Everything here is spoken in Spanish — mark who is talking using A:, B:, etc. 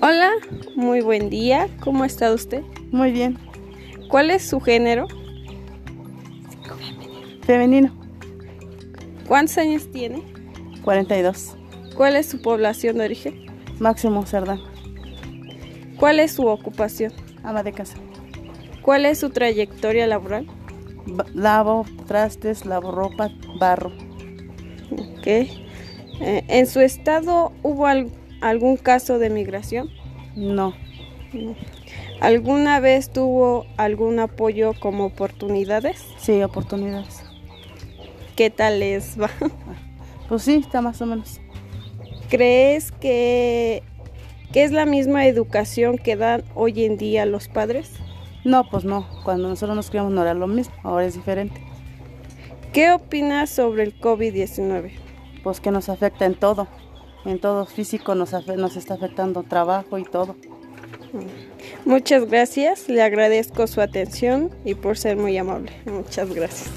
A: Hola, muy buen día. ¿Cómo está usted?
B: Muy bien.
A: ¿Cuál es su género?
B: Femenino.
A: ¿Cuántos años tiene?
B: 42.
A: ¿Cuál es su población de origen?
B: Máximo Cerdán.
A: ¿Cuál es su ocupación?
B: Ama de casa.
A: ¿Cuál es su trayectoria laboral?
B: Ba- lavo trastes, lavo ropa, barro.
A: Ok. Eh, ¿En su estado hubo al- algún caso de migración?
B: No.
A: ¿Alguna vez tuvo algún apoyo como oportunidades?
B: Sí, oportunidades.
A: ¿Qué tal les va?
B: Pues sí, está más o menos.
A: ¿Crees que, que es la misma educación que dan hoy en día los padres?
B: No, pues no. Cuando nosotros nos criamos no era lo mismo. Ahora es diferente.
A: ¿Qué opinas sobre el COVID-19?
B: Pues que nos afecta en todo. En todo físico nos, afe- nos está afectando trabajo y todo.
A: Muchas gracias, le agradezco su atención y por ser muy amable. Muchas gracias.